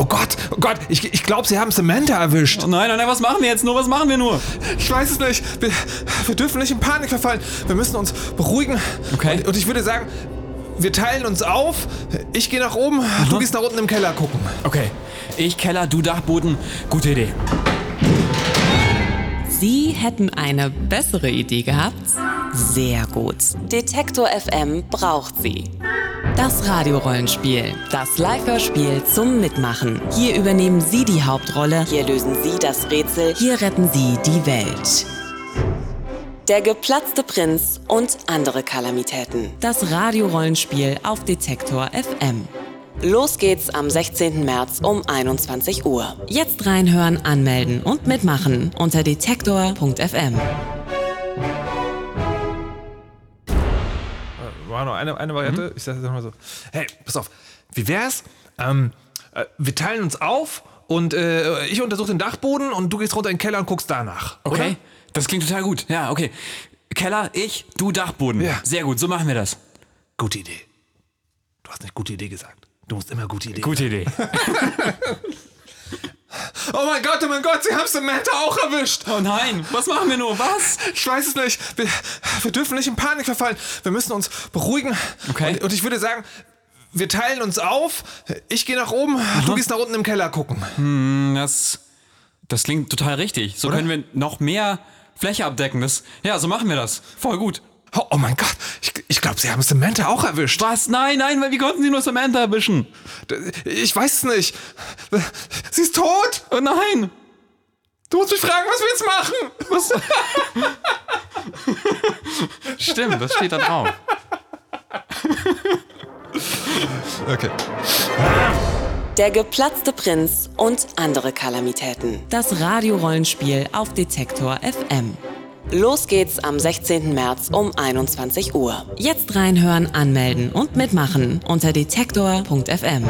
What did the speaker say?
Oh Gott, ich, ich glaube, sie haben Samantha erwischt. Oh nein, oh nein, was machen wir jetzt nur? Was machen wir nur? Ich weiß es nicht. Wir, wir dürfen nicht in Panik verfallen. Wir müssen uns beruhigen. Okay. Und, und ich würde sagen, wir teilen uns auf. Ich gehe nach oben, du gehst nach unten im Keller gucken. Okay. Ich Keller, du Dachboden. Gute Idee. Sie hätten eine bessere Idee gehabt? Sehr gut. Detektor FM braucht sie. Das Radiorollenspiel, das Live-Hörspiel zum Mitmachen. Hier übernehmen Sie die Hauptrolle, hier lösen Sie das Rätsel, hier retten Sie die Welt. Der geplatzte Prinz und andere Kalamitäten. Das Radiorollenspiel auf Detektor FM. Los geht's am 16. März um 21 Uhr. Jetzt reinhören, anmelden und mitmachen unter detektor.fm. War noch eine, eine Variante. Ich sage nochmal so: Hey, pass auf, wie wär's? Ähm, äh, wir teilen uns auf und äh, ich untersuche den Dachboden und du gehst runter in den Keller und guckst danach. Okay. Oder? Das klingt total gut. Ja, okay. Keller, ich, du Dachboden. Ja. Sehr gut, so machen wir das. Gute Idee. Du hast nicht gute Idee gesagt. Du musst immer gute Idee. Gute Idee. Oh mein Gott, oh mein Gott, sie haben Samantha auch erwischt. Oh nein, was machen wir nur? Was? Ich weiß es nicht. Wir, wir dürfen nicht in Panik verfallen. Wir müssen uns beruhigen. Okay. Und, und ich würde sagen, wir teilen uns auf. Ich gehe nach oben, du gehst nach unten im Keller gucken. Das, das klingt total richtig. So können wir noch mehr Fläche abdecken. Das, ja, so machen wir das. Voll gut. Oh, oh mein Gott, ich, ich glaube, sie haben Samantha auch erwischt. Was? Nein, nein, weil wie konnten sie nur Samantha erwischen? Ich weiß es nicht. Sie ist tot. Oh nein! Du musst mich fragen, was wir jetzt machen. Was? Stimmt, das steht da drauf. Okay. Der geplatzte Prinz und andere Kalamitäten. Das Radiorollenspiel auf Detektor FM. Los geht's am 16. März um 21 Uhr. Jetzt reinhören, anmelden und mitmachen unter detektor.fm.